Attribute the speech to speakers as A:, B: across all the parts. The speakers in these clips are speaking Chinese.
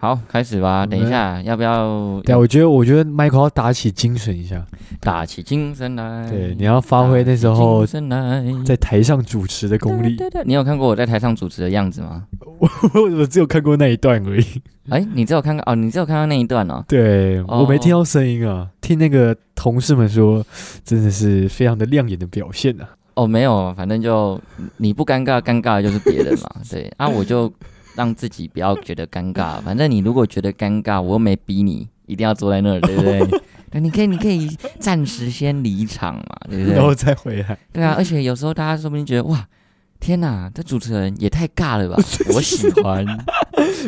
A: 好，开始吧。
B: 我们
A: 等一下，要不哎要
B: 对啊，我觉得我觉得 Michael 要打起精神一下，
A: 打起精神来？
B: 对，你要发挥那时
A: 打
B: 候
A: 起精神来
B: 在台上主持的功力。
A: 你有看过我在台上主持的样子
B: 嗯
A: 吗？
B: 我我只有看过那一段 而已。
A: 哎、你只有看到哦，你只有看到那一段哦。
B: 对、
A: 哦
B: 我没听到声音啊，听那个同事们说，真的是非常的亮眼的表现啊。
A: 哦，没有，反正就你不尴尬，尴尬的就是别 人嘛。对啊，我就让自己不要觉得尴尬。反正你如果觉得尴尬，我又没逼你一定要坐在那儿，对不 对？那你可以，你可以暂时先离场嘛，对不
B: 然后
A: 对？
B: 再回来，
A: 对啊，而且有时候大家说不定觉得哇，天哪，这主持人也太尬 了吧，我喜欢。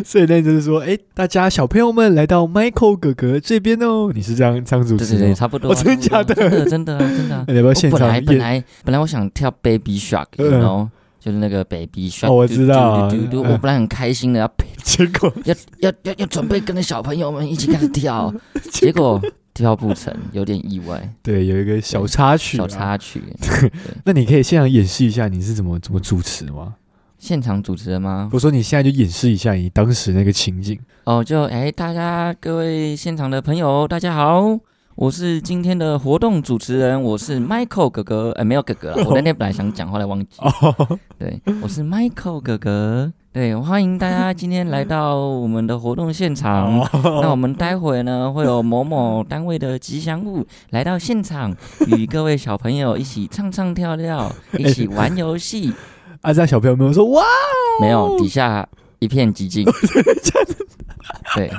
B: 所以那就是说，哎，大家小朋友们来到 Michael 哥哥这边哦，你是这样这样主
A: 对
B: 持
A: 对
B: 的
A: 对，
B: 吗？
A: 差不多
B: 哦
A: 啊。
B: 真的
A: 差不多
B: 假的
A: 真的真的啊，真的 啊。
B: 那你要不要
A: 我
B: 现
A: 本来
B: 场
A: 本
B: 演？
A: 来本来我想跳 Baby Shark，
B: 嗯
A: 然后就是那个 Baby Shark，
B: 哦我
A: 嘟
B: 知道啊
A: 嘟嘟嘟
B: 嗯
A: 我本来很开心的要
B: 结果
A: 要要要要准备跟着小朋友们一起开始 跳，结果跳不成，有点意外，
B: 对有一个小插曲、啊
A: 小。插曲。
B: 那你可以现场演示一下你是怎么怎么主持吗？
A: 现场主持人吗？
B: 我说你现在就演示一下你当时那个情 景。
A: 哦，就哎，大家各位现场的朋友，大家好，我是今天的活动主持人，我是 Michael 哥哥，哎，没有哥哥了，我那天本来想讲，后来忘记。
B: 哦，
A: 对，我是 Michael 哥哥。对，欢迎大家今天来到我们的活动现场。
B: 哦
A: 那我们待会呢会有某某单位的吉祥物来到现场，与各位小朋友一起唱唱跳 跳，一起玩游戏。
B: 啊，这样小朋友 们说哇，
A: 没有，底下一片寂 静。对，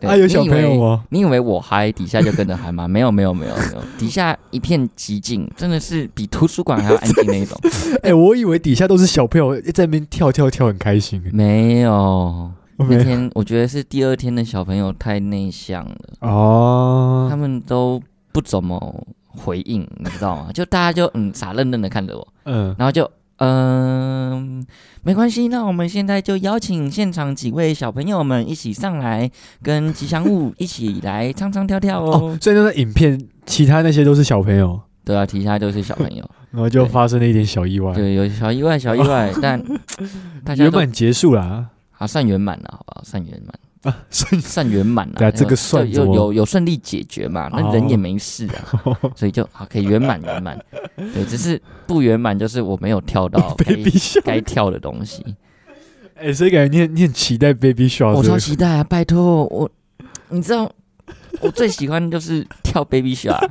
A: 对
B: 啊有小朋友？吗？
A: 你以为你以为我嗨，底下就跟着嗨吗？没有，没有，没有，没有，底下一片寂静，真的是比图书馆还要安静那一 种。
B: 哎、我以为底下都是小朋友在那边跳跳跳，很开心。
A: 没有，
B: 没
A: 那
B: 有
A: 天我觉得是第二天的小朋友太内向了，他
B: 哦，
A: 们都不怎么回应，你知道吗？ 就大家就嗯傻愣愣的看着我，
B: 嗯，
A: 然后就嗯、没关系，那我们现在就邀请现场几位小朋友们一起上来，跟吉祥物一起来唱唱跳跳哦。
B: 哦，所以那段影片其他那些都是小朋友，
A: 对啊，提一下就是小朋友，
B: 然后就
A: 对
B: 发生了一点小意外，
A: 对，有小意外，小意外，但大家
B: 圆
A: 都
B: 满结束啦。
A: 啊算圆满了， 好不好？算圆满。
B: 啊，所以
A: 算圆满了、
B: 对啊这个
A: 就
B: 算
A: 有
B: 怎么
A: 有有顺利解决嘛，那
B: 哦
A: 人也没事 啊，所以就好可以圆满圆满。对，只是不圆满就是我没有跳 到该
B: Baby Shark，
A: 该跳的东西。
B: 哎、所以感觉你很你很期待 Baby Shark，
A: 我
B: 哦这
A: 超
B: 个
A: 期待啊！拜托我，你知道我最喜欢就是跳 Baby Shark。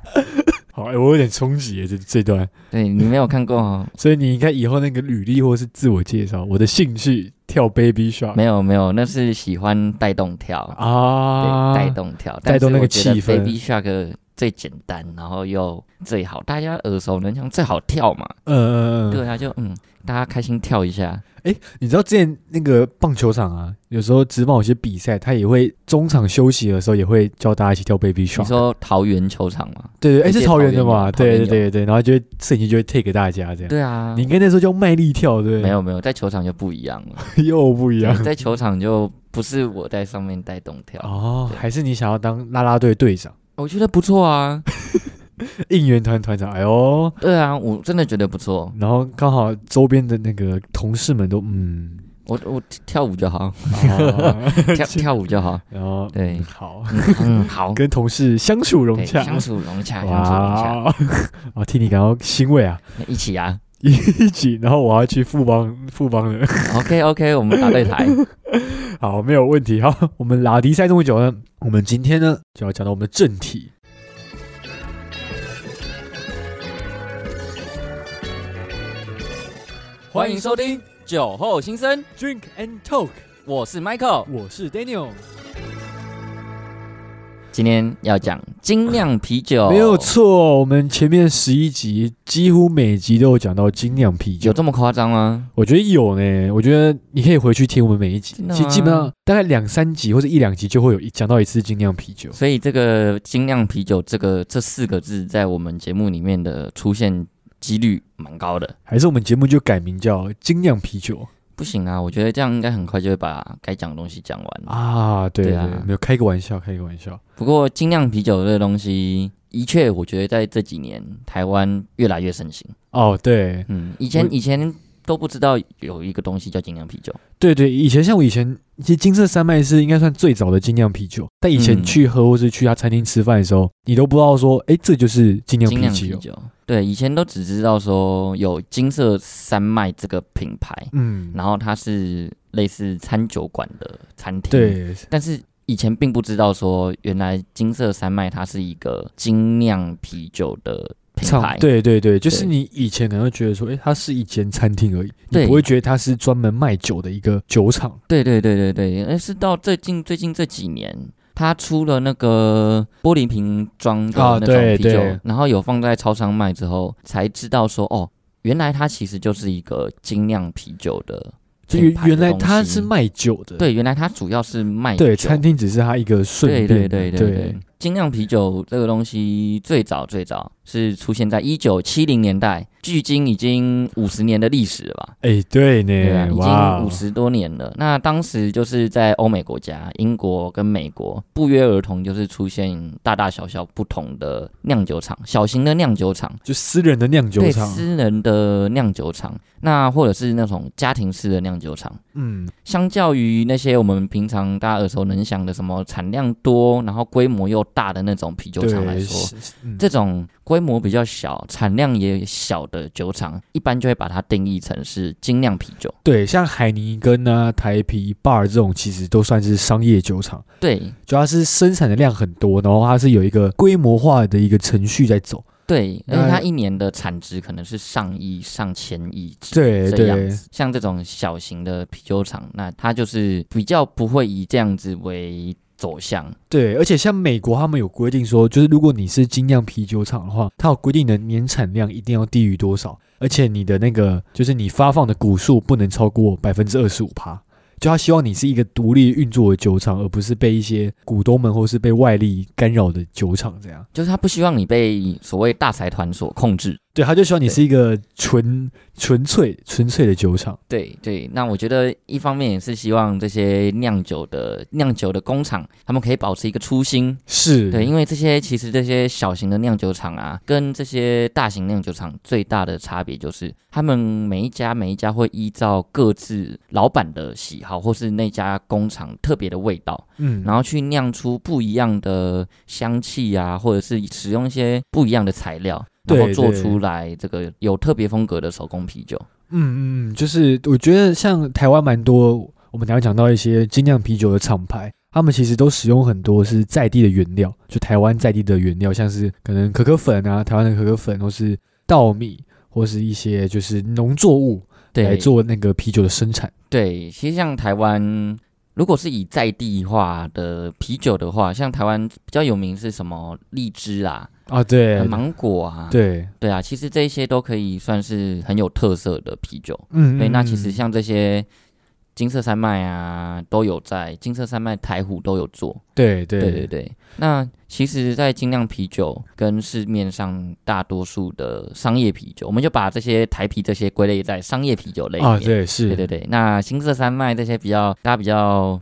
B: 好，哎、我有点冲击耶这这段，
A: 对你没有看过哦？
B: 所以你应该以后那个履历或是自我介绍，我的兴趣跳 Baby Shark，
A: 没有没有，那是喜欢带动跳，
B: 哦啊，
A: 对，带动跳，
B: 带动那个
A: 但是我觉得
B: 气氛
A: Baby Shark 最简单，然后又最好，大家耳熟能详，最好跳嘛。
B: 嗯，嗯嗯嗯，
A: 对啊，就嗯，大家开心跳一下。
B: 你知道之前那个棒球场啊，有时候职棒有些比赛，他也会中场休息的时候也会叫大家一起跳 Baby
A: 你
B: Shark。
A: 说桃园球场吗？
B: 对对，哎、
A: 直
B: 是
A: 接
B: 桃园的
A: 桃园
B: 嘛？
A: 有桃
B: 对对
A: 园
B: 对对，然后就会摄影机就会 take 大家这样。
A: 对啊，
B: 你应该那时候叫卖力跳，对不
A: 没有没有，在球场就不一样 了。
B: 对？ 又不一样
A: 对在球场就不是我在上面带动跳，
B: 哦，
A: 对
B: 还是你想要当啦啦队队长、
A: 我觉得不错啊。
B: 应援团团长？哎呦，
A: 对啊，我真的觉得不错。
B: 然后刚好周边的那个同事们都 嗯，
A: 我我跳舞就好，
B: 啊
A: 跳跳舞就好。
B: 然后
A: 哦对
B: 嗯好，
A: 嗯嗯， 好，
B: 跟同事相处融
A: 对，
B: 洽，
A: 相处融洽，相处融洽，
B: 哇，我替你感到欣慰啊。
A: 一起啊。
B: 一起，然后我要去富邦富邦了。
A: OK OK，我们打对 台。
B: 好，没有问题。好，我们拉迪赛这么久呢，我们今天呢就要讲到我们的正题。
A: 欢迎收听酒后心声，
B: Drink and Talk，
A: 我是 Michael，
B: 我是 Daniel，、
A: 今天要讲精酿啤酒，
B: 没有错。我们前面十一集几乎每集都有讲到精酿啤
A: 有
B: 酒，
A: 这么夸张吗？
B: 我觉得有呢。我觉得你可以回去听我们每一集
A: 真，的
B: 其实
A: 吗
B: 基本上大概两三集或者一两集就会有一讲到一次精酿啤酒。
A: 所以这个精酿啤酒这个这四个字在我们节目里面的出现几率蛮高的。
B: 还是我们节目就改名叫精酿啤酒
A: 不行啊，我觉得这样应该很快就会把该讲的东西讲完。
B: 啊？对
A: 嗯对啊
B: 没有开个玩笑，开个玩笑。
A: 不过精酿啤酒这个东西，的确我觉得在这几年台湾越来越盛行。
B: 哦，对，
A: 嗯，以前
B: 我
A: 以前都不知道有一个东西叫精酿啤酒。
B: 对对，以前像我以前，其实金色山脉是应该算最早的精酿啤酒，但以前
A: 嗯
B: 去喝或是去他餐厅吃饭的时候，你都不知道说，哎，这就是精酿
A: 精
B: 啤
A: 酿啤
B: 酒。
A: 酒，对，以前都只知道说有金色山脉这个品牌，
B: 嗯，
A: 然后它是类似餐酒馆的餐厅，，
B: 对，
A: 但是。以前并不知道说，原来金色山脉它是一个精酿啤酒的品
B: 唱
A: 牌，
B: 对对对，就是
A: 对
B: 你以前可能会觉得说，哎，它是一间餐厅而已，你
A: 对
B: 不会觉得它是专门卖酒的一个酒厂。
A: 对对对对对，而是到最近最近这几年，它出了那个玻璃瓶装的
B: 啊
A: 那种
B: 对
A: 啤酒，
B: 对
A: 然后有放在超商卖之后，才知道说哦，原来它其实就是一个精酿啤酒的
B: 就
A: 品
B: 原
A: 牌的
B: 原来
A: 东西
B: 它是卖酒的，
A: 对，原来它主要是卖
B: 对，
A: 酒
B: 餐厅只是它一个顺
A: 对
B: 便
A: 对
B: 的。
A: 对对对，精酿啤酒这个东西最早最早是出现在一九七零年代，距今已经五十年的历史了吧？
B: 哎，对
A: 对啊，
B: 呢，
A: 已
B: 哇哦
A: 经五，十多年了。那当时就是在欧美国家，英国跟美国，不约而同就是出现大大小小不同的酿酒厂，小型的酿酒厂，
B: 就私人的酿酒
A: 对
B: 厂，
A: 私人的酿酒厂，那或者是那种家庭式的酿酒厂。
B: 嗯，
A: 相较于那些我们平常大家耳熟能详的什么产量多，然后规模又大的那种啤酒
B: 对，
A: 厂来说，
B: 是是嗯
A: 这种规模比较小、产量也小的酒厂，一般就会把它定义成是精酿啤酒。
B: 对，像海尼根啊、台啤、bar 这种，其实都算是商业酒厂，
A: 对
B: 主要是生产的量很多，然后它是有一个规模化的一个程序在走。
A: 对，而
B: 那
A: 且它一年的产值可能是上亿、上千亿之
B: 对
A: 这样
B: 对
A: 子。像这种小型的啤酒厂，那它就是比较不会以这样子为走向。
B: 对，而且像美国他们有规定说，就是如果你是精酿啤酒厂的话，它有规定的年产量一定要低于多少，而且你的那个就是你发放的股数不能超过百分之二十五趴。就他希望你是一个独立运作的酒厂，而不是被一些股东们或是被外力干扰的酒厂这样。
A: 就是他不希望你被所谓大财团所控制，
B: 对，他就希望你是一个纯纯粹纯粹的酒厂。
A: 对对，那我觉得一方面也是希望这些酿酒的酿酒的工厂，他们可以保持一个初心，
B: 是
A: 对，因为这些其实这些小型的酿酒厂啊，跟这些大型酿酒厂最大的差别就是，他们每一家每一家会依照各自老板的喜好，或是那家工厂特别的味道，
B: 嗯，
A: 然后去酿出不一样的香气啊，或者是使用一些不一样的材料，然后
B: 对
A: 做
B: 对
A: 出来这个有特别风格的手工啤酒。
B: 嗯嗯，嗯就是我觉得像台湾蛮多，我们等一下讲到一些精酿啤酒的厂牌，他们其实都使用很多是在地的原料，就台湾在地的原料，像是可能可可粉啊，台湾的可可粉，或是稻米，或是一些就是农作物来
A: 对，
B: 做那个啤酒的生产。
A: 对，其实像台湾，如果是以在地化的啤酒的话，像台湾比较有名是什么荔枝啊、
B: 啊，对，
A: 芒果啊，
B: 对，
A: 对啊，其实这些都可以算是很有特色的啤酒。
B: 嗯，
A: 对，
B: 嗯
A: 那其实
B: 嗯
A: 像这些金色山脉啊，都有在金色山脉、台湖都有做。
B: 对对
A: 对对对，那其实，在精酿啤酒跟市面上大多数的商业啤酒，我们就把这些台啤这些归类在商业啤酒类里面。
B: 啊，对是
A: 对对对，那金色山脉这些比较，大家比较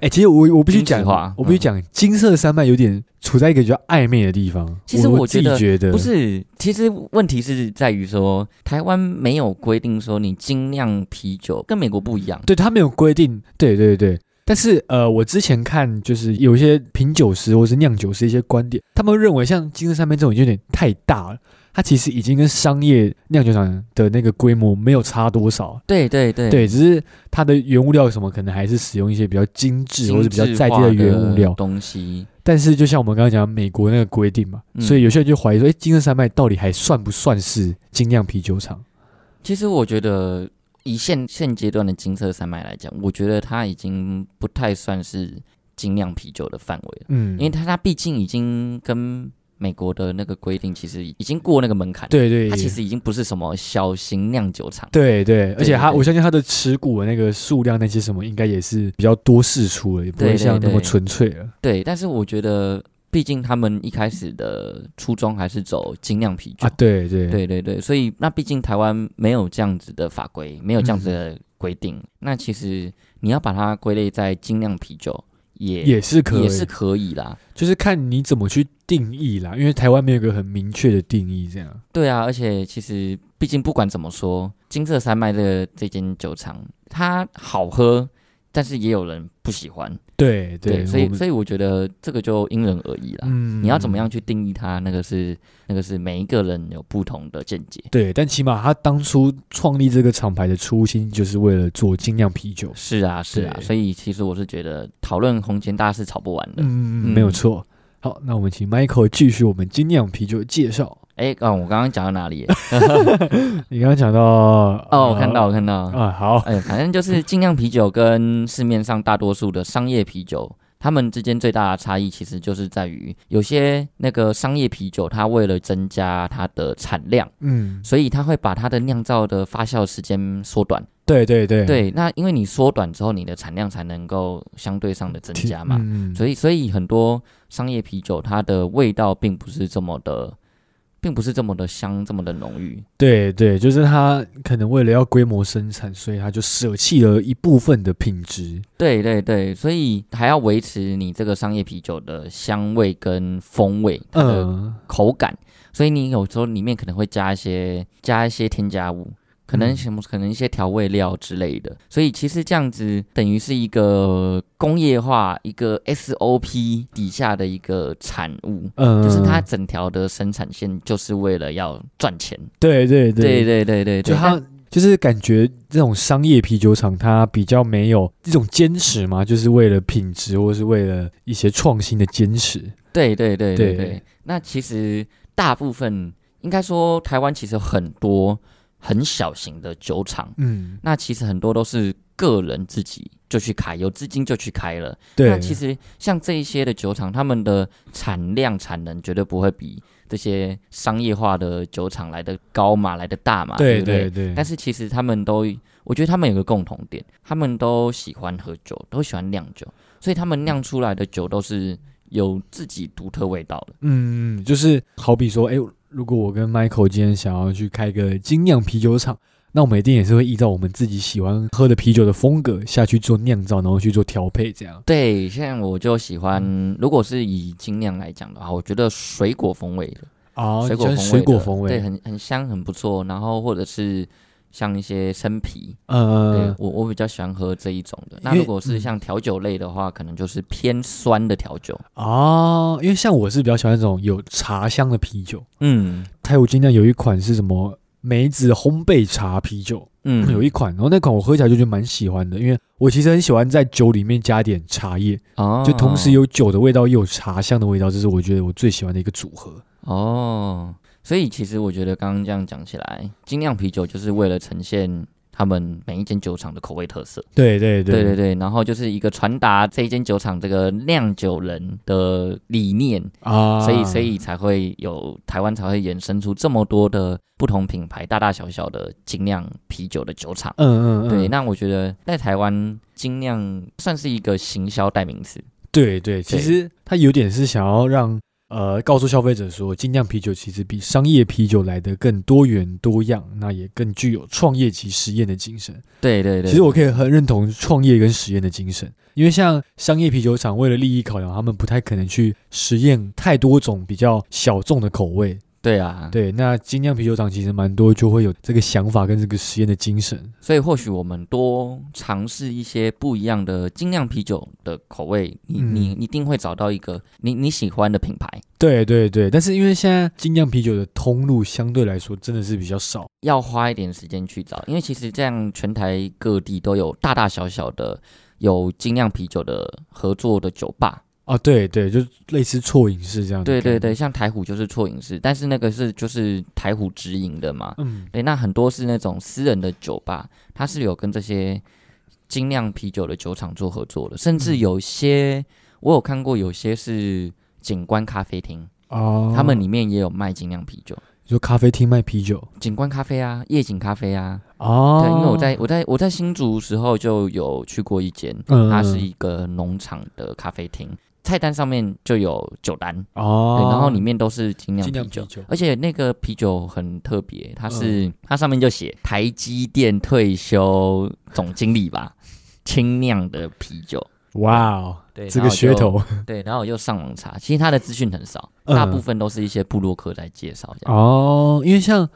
B: 哎、其实我我必须
A: 金
B: 讲
A: 石化，
B: 我必须
A: 嗯
B: 讲，金色山脉有点处在一个比较暧昧的地方。
A: 其实
B: 我
A: 我
B: 自
A: 觉
B: 己
A: 得
B: 觉得
A: 不，是，其实问题是在于说，台湾没有规定说你精酿啤酒跟美国不一样。
B: 对他没有规定，对对对。但是呃，我之前看就是有一些品酒师或是酿酒师一些观点，他们会认为像金色山脉这种有点太大了，它其实已经跟商业酿酒厂的那个规模没有差多少。
A: 对对对
B: 对，只是它的原物料什么可能还是使用一些比较精致或
A: 精
B: 者比较
A: 致
B: 在地
A: 化
B: 的原物料，
A: 东西，
B: 但是就像我们刚刚讲美国那个规定嘛，
A: 嗯
B: 所以有些人就怀疑说，哎、金色山脉到底还算不算是精酿啤酒厂？
A: 其实我觉得以现现阶段的金色山脉来讲，我觉得它已经不太算是精酿啤酒的范围了，
B: 嗯，
A: 因为它它毕竟已经跟美国的那个规定其实已经过那个门槛，，
B: 对对，
A: 它其实已经不是什么小型酿酒厂。
B: 对对，而且
A: 对
B: 它
A: 对
B: 我相信它的持股啊的那个数量那些什么，应该也是比较多事出了，也不
A: 对
B: 会
A: 对
B: 像那么
A: 对
B: 纯粹了。
A: 对，但是我觉得，毕竟他们一开始的初衷还是走精酿啤酒。
B: 啊，对对
A: 对对对，所以那毕竟台湾没有这样子的法规，没有这样子的规定，
B: 嗯
A: 那其实你要把它归类在精酿啤酒也
B: 也是可以，
A: 也是可以啦。
B: 就是看你怎么去定义啦，因为台湾没有一个很明确的定义，这样。
A: 对啊，而且其实毕竟不管怎么说，金色山脉的这间酒厂它好喝，但是也有人不喜欢。
B: 对
A: 对，所
B: 我
A: 以
B: 们
A: 所以我觉得这个就因人而异啦。
B: 嗯
A: 你要怎么样去定义它？那个是那个是每一个人有不同的见解。
B: 对，但起码他当初创立这个厂牌的初心就是为了做精酿啤酒。
A: 是啊，是啊，
B: 对
A: 所以其实我是觉得讨论红前大事吵不完的。
B: 嗯，没有错。好，那我们请 Michael 继续我们精酿啤酒的介绍。
A: 哎、哦，我刚刚讲到哪 里？
B: 你刚刚讲到
A: 哦，
B: 哦
A: 我看到，我看到。
B: 啊，好，
A: 哎，反正就是精酿啤酒跟市面上大多数的商业啤酒，它们之间最大的差异其实就是在于，有些那个商业啤酒，它为了增加它的产量，
B: 嗯，
A: 所以它会把它的酿造的发酵时间缩短。
B: 对对对，
A: 对，那因为你缩短之后，你的产量才能够相对上的增
B: 挺，
A: 加嘛。
B: 嗯
A: 所以，所以很多商业啤酒它的味道并不是这么的，并不是这么的香，这么的浓郁。
B: 对对，就是他可能为了要规模生产，所以他就舍弃了一部分的品质。
A: 对对对，所以还要维持你这个商业啤酒的香味跟风味，它的
B: 嗯，
A: 口感。所以你有时候里面可能会加一些加一些添加物，可能
B: 嗯
A: 什么、可能一些调味料之类的。所以其实这样子等于是一个工业化、一个 SOP 底下的一个产物。
B: 嗯，
A: 就是它，整条的生产线就是为了要赚钱，
B: 对对
A: 对对对对，
B: 就
A: 对
B: 他就是感觉这种商业啤酒厂，它比较没有这种坚持嘛，就是为了品质或是为了一些创新的坚持。
A: 对对对对
B: 对
A: 对。那其实大部分应该说，台湾其实有很多很小型的酒厂，
B: 嗯，
A: 那其实很多都是个人自己就去开，有资金就去开了。
B: 对。
A: 那其实像这一些的酒厂，他们的产量产能绝对不会比这些商业化的酒厂来的高嘛，来的大嘛，不
B: 对
A: 啊对
B: 对对，
A: 但是其实他们都，我觉得他们有个共同点，他们都喜欢喝酒，都喜欢酿酒，所以他们酿出来的酒都是有自己独特味道的。
B: 嗯，就是好比说，哎、如果我跟 Michael 今天想要去开个精酿啤酒厂，那我们一定也是会依照我们自己喜欢喝的啤酒的风格下去做酿造，然后去做调配，这样。
A: 对，像我就喜
B: 嗯
A: 欢，如果是以精酿来讲的话，我觉得水果风味的，
B: 哦，
A: 水果
B: 就
A: 风
B: 是
A: 味的，
B: 水果风
A: 对，
B: 味，
A: 很很香，很不错。然后或者是像一些生啤，对
B: 呃，
A: 我我比较喜欢喝这一种的。那
B: 因为
A: 如果是
B: 嗯
A: 像调酒类的话，可能就是偏酸的调酒。
B: 哦，因为像我是比较喜欢那种有茶香的啤酒，
A: 嗯
B: 泰国精酿有一款是什么梅子烘焙茶啤酒，
A: 嗯，
B: 有一款，然后那款我喝起来就觉得蛮喜欢的，因为我其实很喜欢在酒里面加点茶叶，
A: 哦，
B: 就同时有酒的味道，又有茶香的味道，这是我觉得我最喜欢的一个组合。
A: 哦，所以其实我觉得刚刚这样讲起来，精酿啤酒就是为了呈现他们每一间酒厂的口味特色。
B: 对对对
A: 对对对，然后就是一个传达这一间酒厂这个酿酒人的理念，
B: 啊！
A: 所以所以才会有呃台湾才会衍生出这么多的不同品牌大大小小的精酿啤酒的酒厂。
B: 嗯嗯嗯，
A: 对，那我觉得在台湾精酿算是一个行销代名词。
B: 对对，其实它有点是想要让呃告诉消费者说，精酿啤酒其实比商业啤酒来的更多元多样，那也更具有创业及实验的精神。
A: 对对对，
B: 其实我可以很认同创业跟实验的精神，因为像商业啤酒厂为了利益考量，他们不太可能去实验太多种比较小众的口味。
A: 对啊，
B: 对，那精酿啤酒厂其实蛮多就会有这个想法跟这个实验的精神。
A: 所以或许我们多尝试一些不一样的精酿啤酒的口味，你、
B: 嗯
A: 你一定会找到一个你你喜欢的品牌。
B: 对对对，但是因为现在精酿啤酒的通路相对来说真的是比较少。
A: 要花一点时间去找，因为其实这样全台各地都有大大小小的有精酿啤酒的合作的酒吧。
B: 啊，对对，就类似错影视这样。
A: 对对对，，像台虎就是错影视，但是那个是就是台虎直营的嘛。哎
B: 嗯，
A: 对，那很多是那种私人的酒吧，它是有跟这些精酿啤酒的酒厂做合作的，甚至
B: 嗯
A: 有些、我有看过，有些是景观咖啡厅，
B: 哦，
A: 他们里面也有卖精酿啤酒，
B: 就咖啡厅卖啤酒
A: 景观咖啡啊，夜景咖啡啊。
B: 哦，
A: 对，因为我在我在我在新竹时候就有去过一间，
B: 嗯
A: 它是一个农场的咖啡厅，菜单上面就有酒单，
B: 哦，
A: 对，然后里面都是精酿
B: 精
A: 啤
B: 酿
A: 酒
B: 啤酒，
A: 而且那个啤酒很特别，它
B: 嗯
A: 是、它上面就写台积电退休总经理吧，清酿的啤 酒。
B: 哇哦，
A: 对，
B: 这
A: 然
B: 个
A: 后我就
B: 噱。头
A: 对，然后我就上网查，其实它的资讯很少，
B: 嗯啊
A: 大部分都是一些部落客在介绍这样。
B: 哦，因为像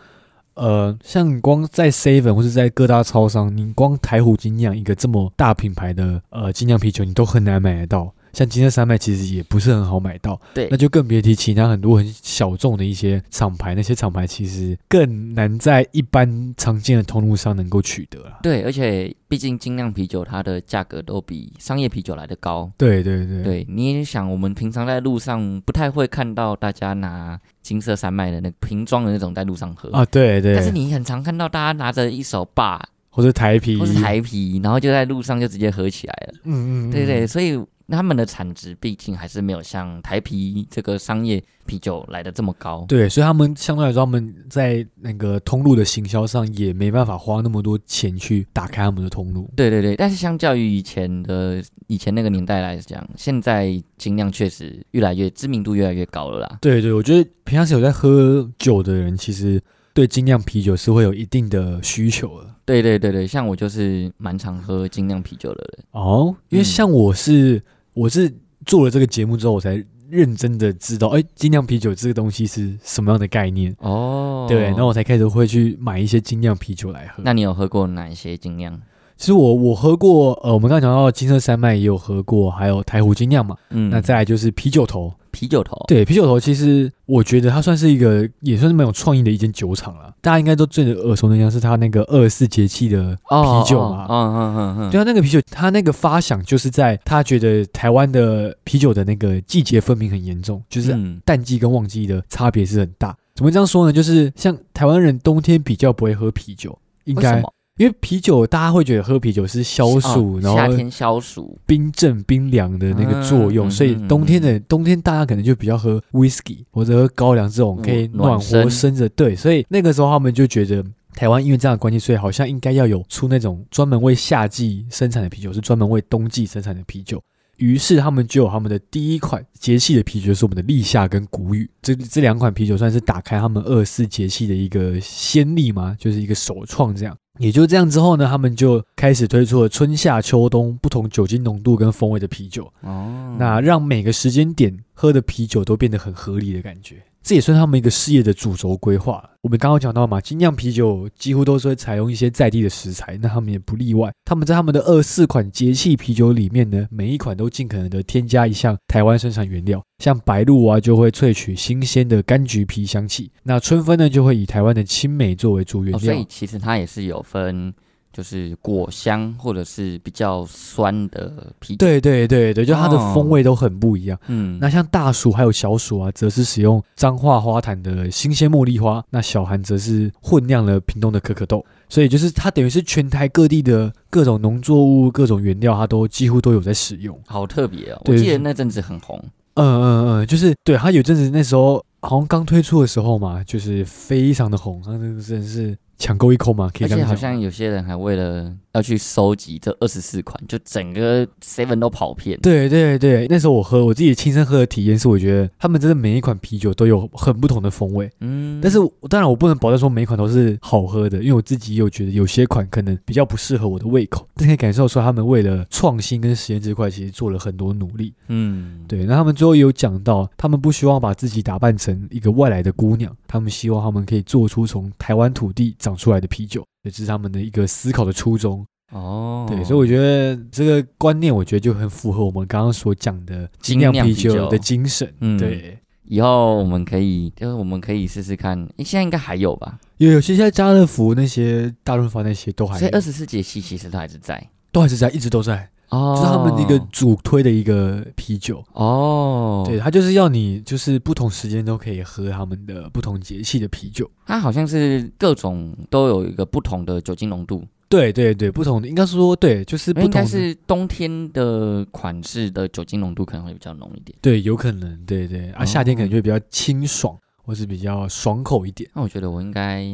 B: 呃，像你光在 Seven 或是在各大超商，你光台虎精酿一个这么大品牌的呃精酿啤酒，你都很难买得到。像金色山脉其实也不是很好买到，
A: 对
B: 那就更别提其他很多很小众的一些厂牌，那些厂牌其实更难在一般常见的通路上能够取得啦。
A: 对，而且毕竟精酿啤酒它的价格都比商业啤酒来的高。
B: 对对对，
A: 对，你也想，我们平常在路上不太会看到大家拿金色山脉的那个瓶装的那种在路上喝，
B: 啊，对对，
A: 但是你很常看到大家拿着一手把
B: 或者台啤，
A: 或是台啤，然后就在路上就直接合起来了。
B: 嗯，嗯嗯，
A: 对对，所以他们的产值毕竟还是没有像台啤这个商业啤酒来的这么高。
B: 对，所以他们相对来说，他们在那个通路的行销上也没办法花那么多钱去打开他们的通路。
A: 对对对，但是相较于以前的以前那个年代来讲，现在精酿确实越来越知名度越来越高了啦。
B: 对对，我觉得平常时有在喝酒的人，其实对精酿啤酒是会有一定的需求的。
A: 对对对对，像我就是蛮常喝精酿啤酒的人。
B: 哦，
A: 嗯
B: 因为像我是、我是做了这个节目之后，我才认真的知道，哎，精酿啤酒这个东西是什么样的概念。
A: 哦
B: 对，然后我才开始会去买一些精酿啤酒来喝。
A: 那你有喝过哪一些精酿？
B: 其实我我喝过，呃，我们刚才讲到的金色山脉也有喝过，还有台湖精酿嘛。
A: 嗯
B: 那再来就是啤酒头，
A: 啤酒头。
B: 对，啤酒头其实我觉得它算是一个，也算是蛮有创意的一间酒厂了。大家应该都最耳熟能详是它那个二十四节气的
A: 哦，
B: 啤酒
A: 哦
B: 嘛。
A: 嗯嗯嗯嗯，
B: 对啊，那个啤酒，它那个发想就是在他觉得台湾的啤酒的那个季节分明很严重，就是
A: 嗯
B: 淡季跟旺季的差别是很大。怎么这样说呢？就是像台湾人冬天比较不会喝啤酒，应
A: 为什
B: 该
A: 么
B: 因为啤酒大家会觉得喝啤酒是消暑，
A: 哦
B: 然后
A: 夏天消暑。
B: 冰镇冰凉的那个作用，
A: 嗯
B: 所以
A: 嗯
B: 冬天的冬天大家可能就比较喝 whisky 或者喝高粱这种
A: 嗯
B: 可以暖和
A: 暖身
B: 身子。对，所以那个时候他们就觉得。嗯台湾因为这样的关系，所以好像应该要有出那种专门为夏季生产的啤酒，是专门为冬季生产的啤酒。于是他们就有他们的第一款节气的啤酒，就是我们的立夏跟谷雨这这两款啤酒，算是打开他们二十四节气的一个先例嘛，就是一个首创这样。也就这样之后呢，他们就开始推出了春夏秋冬不同酒精浓度跟风味的啤酒，
A: 哦，
B: 那让每个时间点喝的啤酒都变得很合理的感觉。这也算他们一个事业的主轴规划。我们刚刚讲到嘛，精酿啤酒几乎都是会采用一些在地的食材，那他们也不例外。他们在他们的二四款节气啤酒里面呢，每一款都尽可能的添加一项台湾生产原料，像白露啊就会萃取新鲜的柑橘皮香气，那春分呢就会以台湾的青梅作为主原
A: 哦所
B: 料。
A: 以其实它也是有分，就是果香或者是比较酸的啤酒。
B: 对对对对，就它的
A: 哦
B: 风味都很不一样。
A: 嗯，
B: 那像大暑还有小暑啊，则是使用彰化花坛的新鲜茉莉花；那小寒则是混酿了屏东的可可豆。所以就是它等于是全台各地的各种农作物、各种原料，它都几乎都有在使用。
A: 好特别哦！我
B: 对
A: 记得那阵子很红，
B: 嗯嗯嗯，就是对它有阵子那时候好像刚推出的时候嘛，就是非常的红，它那个真的是抢购一空嘛，可以
A: 而
B: 这
A: 且
B: 样
A: 好
B: 讲
A: 像
B: 吗。
A: 有些人还为了要去收集这二十四款，就整个 Seven 都跑遍。
B: 对对对，那时候我喝我自己亲身喝的体验是，我觉得他们真的每一款啤酒都有很不同的风味。
A: 嗯，
B: 但是我当然我不能保证说每一款都是好喝的，因为我自己也有觉得有些款可能比较不适合我的胃口，但可以感受出他们为了创新跟实验这块其实做了很多努力。
A: 嗯，
B: 对，那他们最后也有讲到，他们不希望把自己打扮成一个外来的姑娘，他们希望他们可以做出从台湾土地长出来的啤酒，这是他们的一个思考的初衷。
A: 哦，
B: 对，所以我觉得这个观念，我觉得就很符合我们刚刚所讲的精酿
A: 精酿
B: 啤
A: 啤酒
B: 酒的精神。
A: 嗯
B: 对，
A: 以后我们可以，就是我们可以试试看，诶现在应该还有吧？
B: 有有些现在家乐福那些、大润发那些都还
A: 所以
B: 有
A: 二十四节气其实都还是在
B: 都还是在，一直都在，
A: 哦，
B: 就是他们的一个主推的一个啤酒。
A: 哦，
B: 对，，他就是要你就是不同时间都可以喝他们的不同节气的啤酒。
A: 它好像是各种都有一个不同的酒精浓度，
B: 对对对，不同的应该说对，就是不
A: 应
B: 同
A: 该
B: 的
A: 是冬天的款式的酒精浓度可能会比较浓一点。
B: 对，有可能对对啊，
A: 哦
B: 夏天可能就会比较清爽，或是比较爽口一点。
A: 那我觉得我应该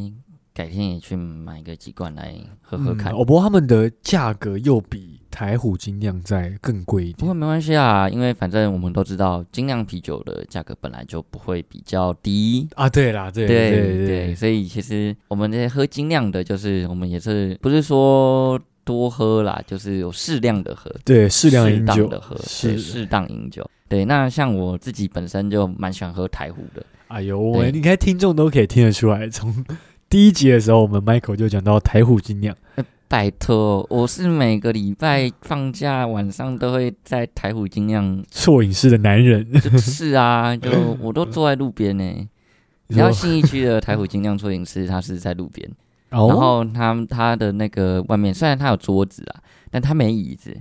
A: 改天也去买个几罐来喝喝看。
B: 嗯哦，不过他们的价格又比台虎精酿在更贵一
A: 不
B: 点
A: 过。没关系啊，因为反正我们都知道，精酿啤酒的价格本来就不会比较低。
B: 啊，对啦，对
A: 对
B: 对
A: 所以其实我们这些喝精酿的，就是我们也是不是说多喝啦，就是有适量的喝，
B: 对，适量饮
A: 当
B: 酒
A: 的喝，对，
B: 是。
A: 适当饮酒。对，那像我自己本身就蛮喜欢喝台虎的，
B: 哎呦，我们
A: 对
B: 应该听众都可以听得出来，从第一集的时候，我们 Michael 就讲到台虎精酿，
A: 拜托，我是每个礼拜放假晚上都会在台虎精酿，
B: 错影视的男人，
A: 就是 啊，就我都坐在路边呢、你
B: 你
A: 知道
B: 说
A: 信义区的台虎精酿撮影师，他是在路边，
B: 哦
A: 然后他他的那个外面虽然他有桌子啊，但他没椅子，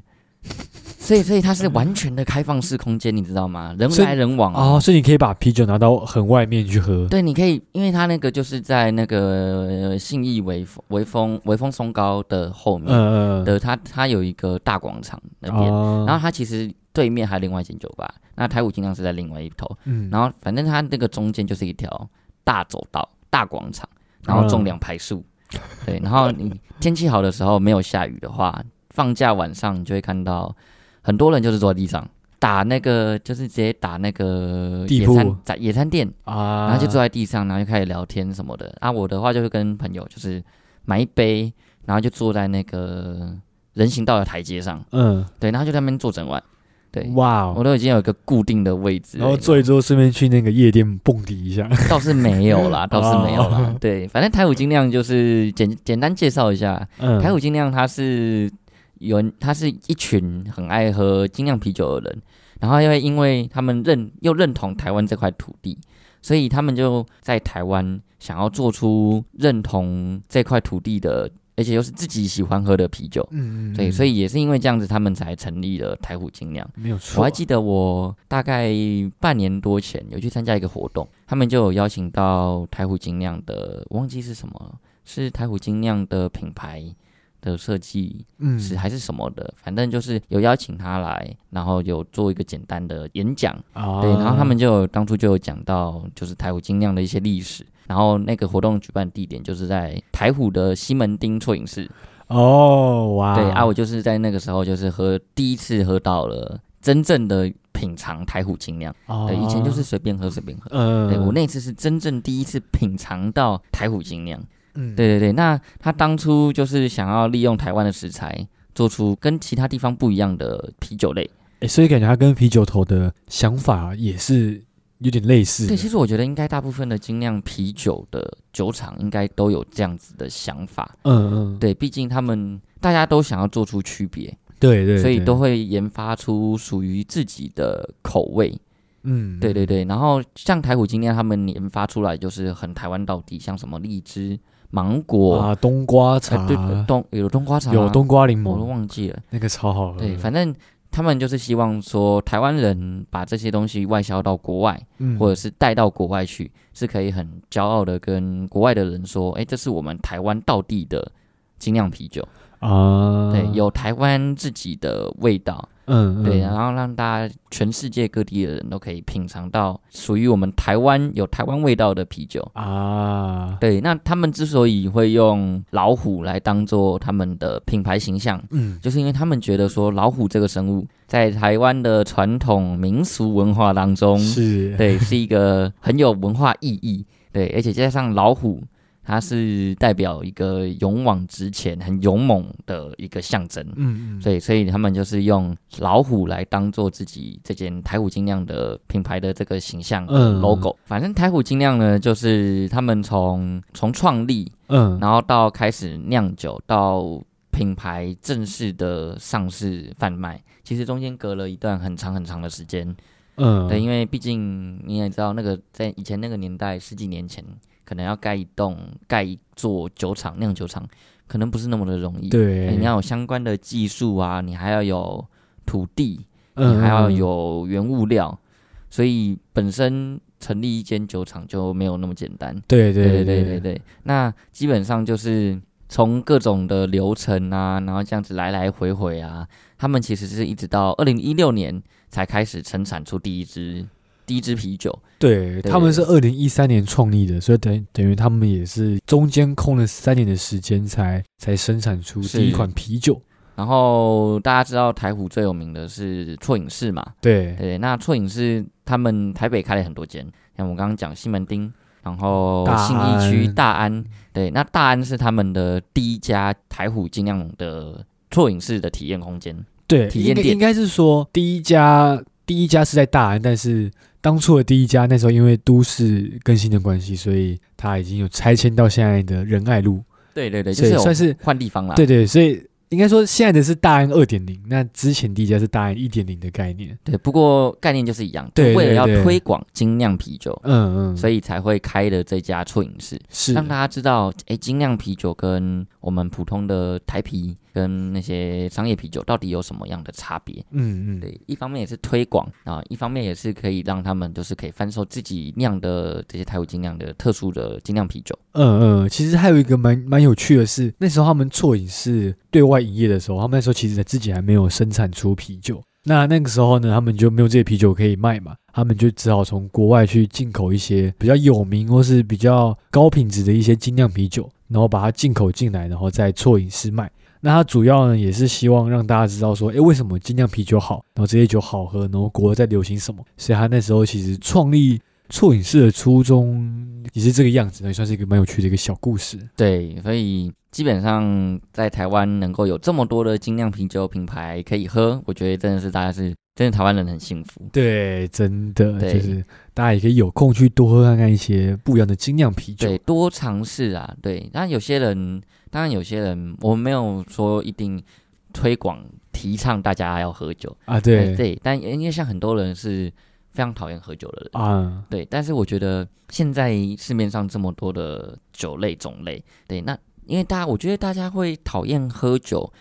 A: 所以所以他是完全的开放式空间，你知道吗？人
B: 所以
A: 来人往啊。
B: 哦，所以你可以把啤酒拿到很外面去喝，
A: 对，你可以，因为他那个就是在那个呃信义微风微风微风松高的后面，
B: 嗯嗯，
A: 的它它有一个大广场那边，
B: 哦，
A: 然后它其实对面还有另外一间酒吧，那台虎精酿是在另外一头，
B: 嗯，
A: 然后反正它那个中间就是一条大走道、大广场，然后种两排树，
B: 嗯
A: 对，然后你天气好的时候没有下雨的话，放假晚上你就会看到很多人就是坐在地上打那个，就是直接打那个
B: 地
A: 野
B: 铺
A: 餐在野餐店，
B: 啊，
A: 然后就坐在地上，然后就开始聊天什么的。啊，我的话就是跟朋友就是买一杯，然后就坐在那个人行道的台阶上，
B: 嗯，
A: 对，然后就在那边坐整晚，对。
B: 哇哦
A: 我，都已经有一个固定的位置了，
B: 然后
A: 你知道
B: 坐
A: 吗
B: 一坐，顺便去那个夜店蹦迪一下，
A: 倒是没有 啦，倒是没有啦
B: 哦。
A: 对，反正台虎精酿就是简简单介绍一下，
B: 嗯，
A: 台虎精酿它是有人，它是一群很爱喝精酿啤酒的人，然后因为因为他们认又认同台湾这块土地，所以他们就在台湾想要做出认同这块土地的，而且又是自己喜欢喝的啤酒。
B: 嗯，嗯
A: 对，所
B: 以
A: 以也是因为这样子，他们才成立了台虎精酿。
B: 没有错，
A: 我还记得我大概半年多前有去参加一个活动，他们就有邀请到台虎精酿的，我忘记是什么了，是台虎精酿的品牌的设计
B: 嗯
A: 师还是什么的，反正就是有邀请他来，然后有做一个简单的演讲，
B: 啊，
A: 对，然后他们就有当初就有讲到就是台虎精酿的一些历史，然后那个活动举办地点就是在台虎的西门町错影室，
B: 哦哇，
A: 对啊，我就是在那个时候就是喝第一次喝到了真正的品尝台虎精酿，
B: 哦
A: 对，以前就是随便喝随便喝。
B: 嗯，
A: 对我那次是真正第一次品尝到台虎精酿，
B: 嗯
A: 对对对。那他当初就是想要利用台湾的食材，做出跟其他地方不一样的啤酒类。
B: 欸，所以感觉他跟啤酒头的想法也是有点类似
A: 对，
B: 的。
A: 其实我觉得应该大部分的精酿啤酒的酒厂应该都有这样子的想法。
B: 嗯嗯，
A: 对，毕竟他们大家都想要做出区别，
B: 对对，
A: 所以
B: 对
A: 都会研发出属于自己的口味。
B: 嗯，
A: 对对对，然后像台虎精酿他们研发出来就是很台湾到底，像什么荔枝、芒果，
B: 啊，冬瓜茶、
A: 呃对呃冬有冬瓜茶吗，哦
B: 有嗯冬瓜柠
A: 我都
B: 檬，
A: 忘记了。
B: 那个超好喝。
A: 对，反正他们就是希望说台湾人把这些东西外销到国外，
B: 嗯
A: 或者是带到国外去，是可以很骄傲的跟国外的人说，哎，这是我们台湾道地的精酿啤酒，
B: 啊，
A: 对，有台湾自己的味道。
B: 嗯
A: 对，
B: 啊，
A: 然后让大家全世界各地的人都可以品尝到属于我们台湾有台湾味道的啤酒。
B: 啊，
A: 对，那他们之所以会用老虎来当做他们的品牌形象，
B: 嗯
A: 就是因为他们觉得说老虎这个生物在台湾的传统民俗文化当中，
B: 是，
A: 对，是一个很有文化意义。对，而且加上老虎，它是代表一个勇往直前、很勇猛的一个象征。
B: 嗯嗯，
A: 所以，所以他们就是用老虎来当做自己这间台虎精酿的品牌的这个形象
B: 嗯
A: logo。反正台虎精酿呢，就是他们从从创立，
B: 嗯
A: 然后到开始酿酒，到品牌正式的上市贩卖，其实中间隔了一段很长很长的时间。
B: 嗯，
A: 对，因为毕竟你也知道，那个在以前那个年代，十几年前，可能要盖一栋、盖一座酒厂、酿酒厂，可能不是那么的容易。
B: 对，
A: 你要有相关的技术啊，你还要有土地，
B: 嗯
A: 你还要
B: 嗯
A: 有原物料，所以本身成立一间酒厂就没有那么简单。
B: 对对
A: 对对
B: 对
A: 对，对，那基本上就是从各种的流程啊，然后这样子来来回回啊，他们其实是一直到二零一六年才开始生产出第一支第一支啤酒。
B: 对，
A: 对
B: 他们是二零一三年创立的，所以等于等于他们也是中间空了三年的时间才才生产出
A: 是
B: 第一款啤酒。
A: 然后大家知道台虎最有名的是错影视嘛，
B: 对，
A: 对，那错影是他们台北开了很多间，像我刚刚讲西门町，然后
B: 大
A: 信义区
B: 安
A: 大安，对，那大安是他们的第一家台虎精酿的错影式的体验空间，
B: 对，
A: 体验
B: 应该
A: 店
B: 应该是说第一家第一家是在大安，但是当初的第一家那时候因为都市更新的关系，所以它已经有拆迁到现在的仁爱路，
A: 对对对，就是啊
B: 所以
A: 有
B: 算是
A: 换地方啦。
B: 对对，所以应该说现在的是大安二点零，那之前第一家是大安一点零的概念。
A: 对，不过概念就是一样，
B: 对对
A: 为了要
B: 对
A: 推广精酿啤酒，
B: 嗯嗯，
A: 所
B: 以
A: 以才会开的这家错饮室，
B: 是
A: 让大家知道，哎，精酿啤酒跟我们普通的台啤跟那些商业啤酒到底有什么样的差别。
B: 嗯嗯
A: 对，一方面也是推广啊，一方面也是可以让他们就是可以贩售自己酿的这些台湾精酿的特殊的精酿啤酒。
B: 嗯嗯，其实还有一个蛮蛮有趣的是，那时候他们错影是对外营业的时候，他们那时候其实自己还没有生产出啤酒。那那个时候呢，他们就没有这些啤酒可以卖嘛，他们就只好从国外去进口一些比较有名或是比较高品质的一些精酿啤酒，然后把它进口进来，然后再错饮式卖。那它主要呢也是希望让大家知道说，诶，为什么精酿啤酒好，然后这些酒好喝，然后国外在流行什么。所以他那时候其实创立错饮式的初衷也是这个样子，那也算是一个蛮有趣的一个小故事。
A: 对，所以基本上在台湾能够有这么多的精酿啤酒品牌可以喝，我觉得真的是大家是真的台湾人很幸福。
B: 对，真的
A: 对
B: 就是大家也可以有空去多喝看看一些不一样的精酿啤酒。
A: 对，多尝试啊，对。当然有些人，当然有些人，我们没有说一定推广提倡大家要喝酒，
B: 啊，对
A: 哎对。但因为像很多人是非常讨厌喝酒的人，
B: 啊，
A: 对，但是我觉得现在市面上这么多的酒类种类，对，那因为大家，我觉得大家会讨厌喝酒，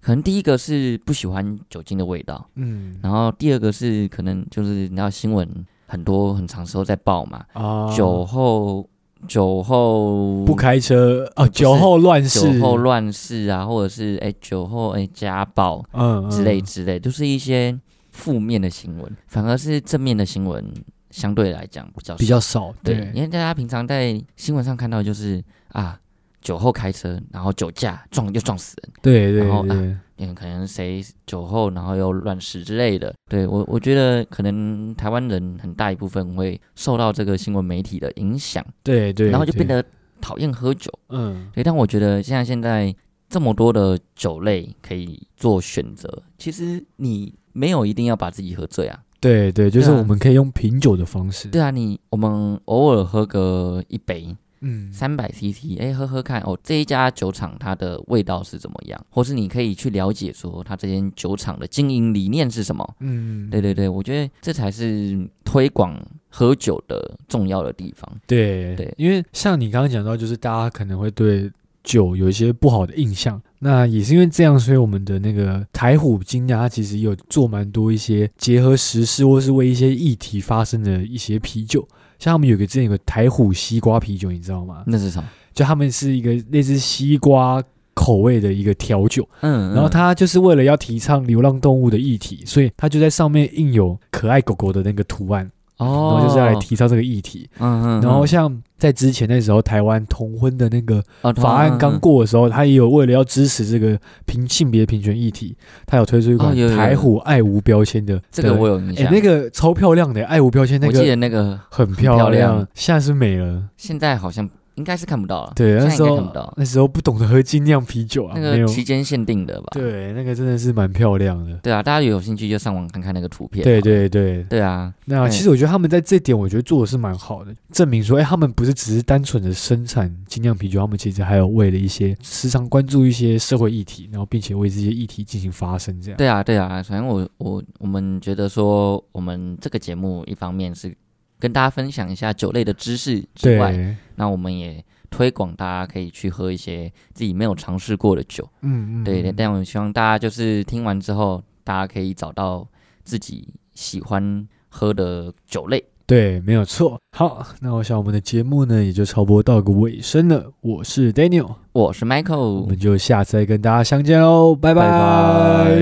A: 可能第一个是不喜欢酒精的味道，
B: 嗯
A: 然后第二个是可能就是你知道新闻很多很长时候在报嘛，
B: 啊，
A: 酒后酒后
B: 不开车啊，
A: 嗯不是
B: 酒后乱世，
A: 酒后乱世啊，或者是哎酒后哎家暴
B: 嗯嗯
A: 之类之类，就是一些负面的新闻，反而是正面的新闻相对来讲比较
B: 比
A: 少
B: 较少，
A: 对，
B: 对
A: 因为大家平常在新闻上看到就是啊，酒后开车，然后酒驾撞就撞死人，
B: 对
A: 然后
B: 对对，
A: 嗯，可能谁酒后然后又乱死之类的。对我，我觉得可能台湾人很大一部分会受到这个新闻媒体的影响，
B: 对对，
A: 然后就变
B: 对
A: 得讨厌喝酒。
B: 嗯
A: 对，但我觉得像现在这么多的酒类可以做选择，其实你没有一定要把自己喝醉啊。
B: 对对，就是
A: 对啊
B: 我们可以用品酒的方式，
A: 对啊，你我们偶尔喝个一杯，
B: 嗯，
A: 三百 CC，哎，喝喝看哦，这一家酒厂它的味道是怎么样，或是你可以去了解说它这间酒厂的经营理念是什么。
B: 嗯
A: 对对对，我觉得这才是推广喝酒的重要的地方。
B: 对
A: 对
B: 因为像你刚刚讲到，就是大家可能会对酒有一些不好的印象，那也是因为这样，所以我们的那个台虎精酿，它其实有做蛮多一些结合时事或是为一些议题发生的一些啤酒。像他们有个之前有个台虎西瓜啤酒，你知道吗？
A: 那是什么？
B: 就他们是一个类似西瓜口味的一个调酒，
A: 嗯，
B: 然后
A: 嗯
B: 他就是为了要提倡流浪动物的议题，所以他就在上面印有可爱狗狗的那个图案，然
A: 哦，
B: 后就是要来提倡这个议题。
A: 嗯，嗯嗯，
B: 然后像在之前那时候，台湾同婚的那个
A: 哦
B: 法案刚，过的时候，他也有为了要支持这个平性别平权议题，他有推出一款
A: 哦有有有
B: 台虎爱无标签的。
A: 这个
B: 的
A: 我有印
B: 哎
A: 象。，
B: 那个超漂亮的爱无标签，那
A: 我记
B: 个
A: 得那个
B: 很
A: 漂
B: 漂亮
A: 亮，
B: 现在是没了。
A: 现在好像应该是看不到了，
B: 对，
A: 现
B: 那
A: 在
B: 时
A: 应该看不到
B: 候。那时候不懂得喝精酿啤酒啊，
A: 那
B: 没
A: 个啊
B: 有。
A: 期间限定的吧？
B: 对，那个真的是蛮漂亮的。
A: 对啊，大家有兴趣就上网看看那个图片。
B: 对对对，
A: 对啊，
B: 那
A: 对
B: 其实我觉得他们在这点，我觉得做的是蛮好的，证明说，哎，他们不是只是单纯的生产精酿啤酒，他们其实还有为了一些时常关注一些社会议题，然后并且为这些议题进行发声，这样。
A: 对啊，对啊，反正我我我们觉得说，我们这个节目一方面是跟大家分享一下酒类的知识之外，
B: 对，
A: 那我们也推广大家可以去喝一些自己没有尝试过的酒。
B: 嗯嗯，
A: 对，
B: 嗯
A: 但我希望大家就是听完之后，大家可以找到自己喜欢喝的酒类。
B: 对，没有错。好，那我想我们的节目呢也就差不多到个尾声了。我是 Daniel，
A: 我是
B: 我
A: Michael，
B: 们就下次再跟大家相见喽，拜
A: 拜拜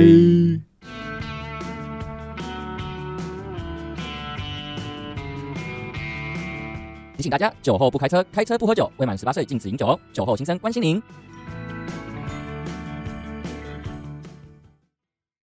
A: 提醒大家，酒后不开车，开车不喝酒，未满十八岁禁止饮酒哦。酒后心生关心您。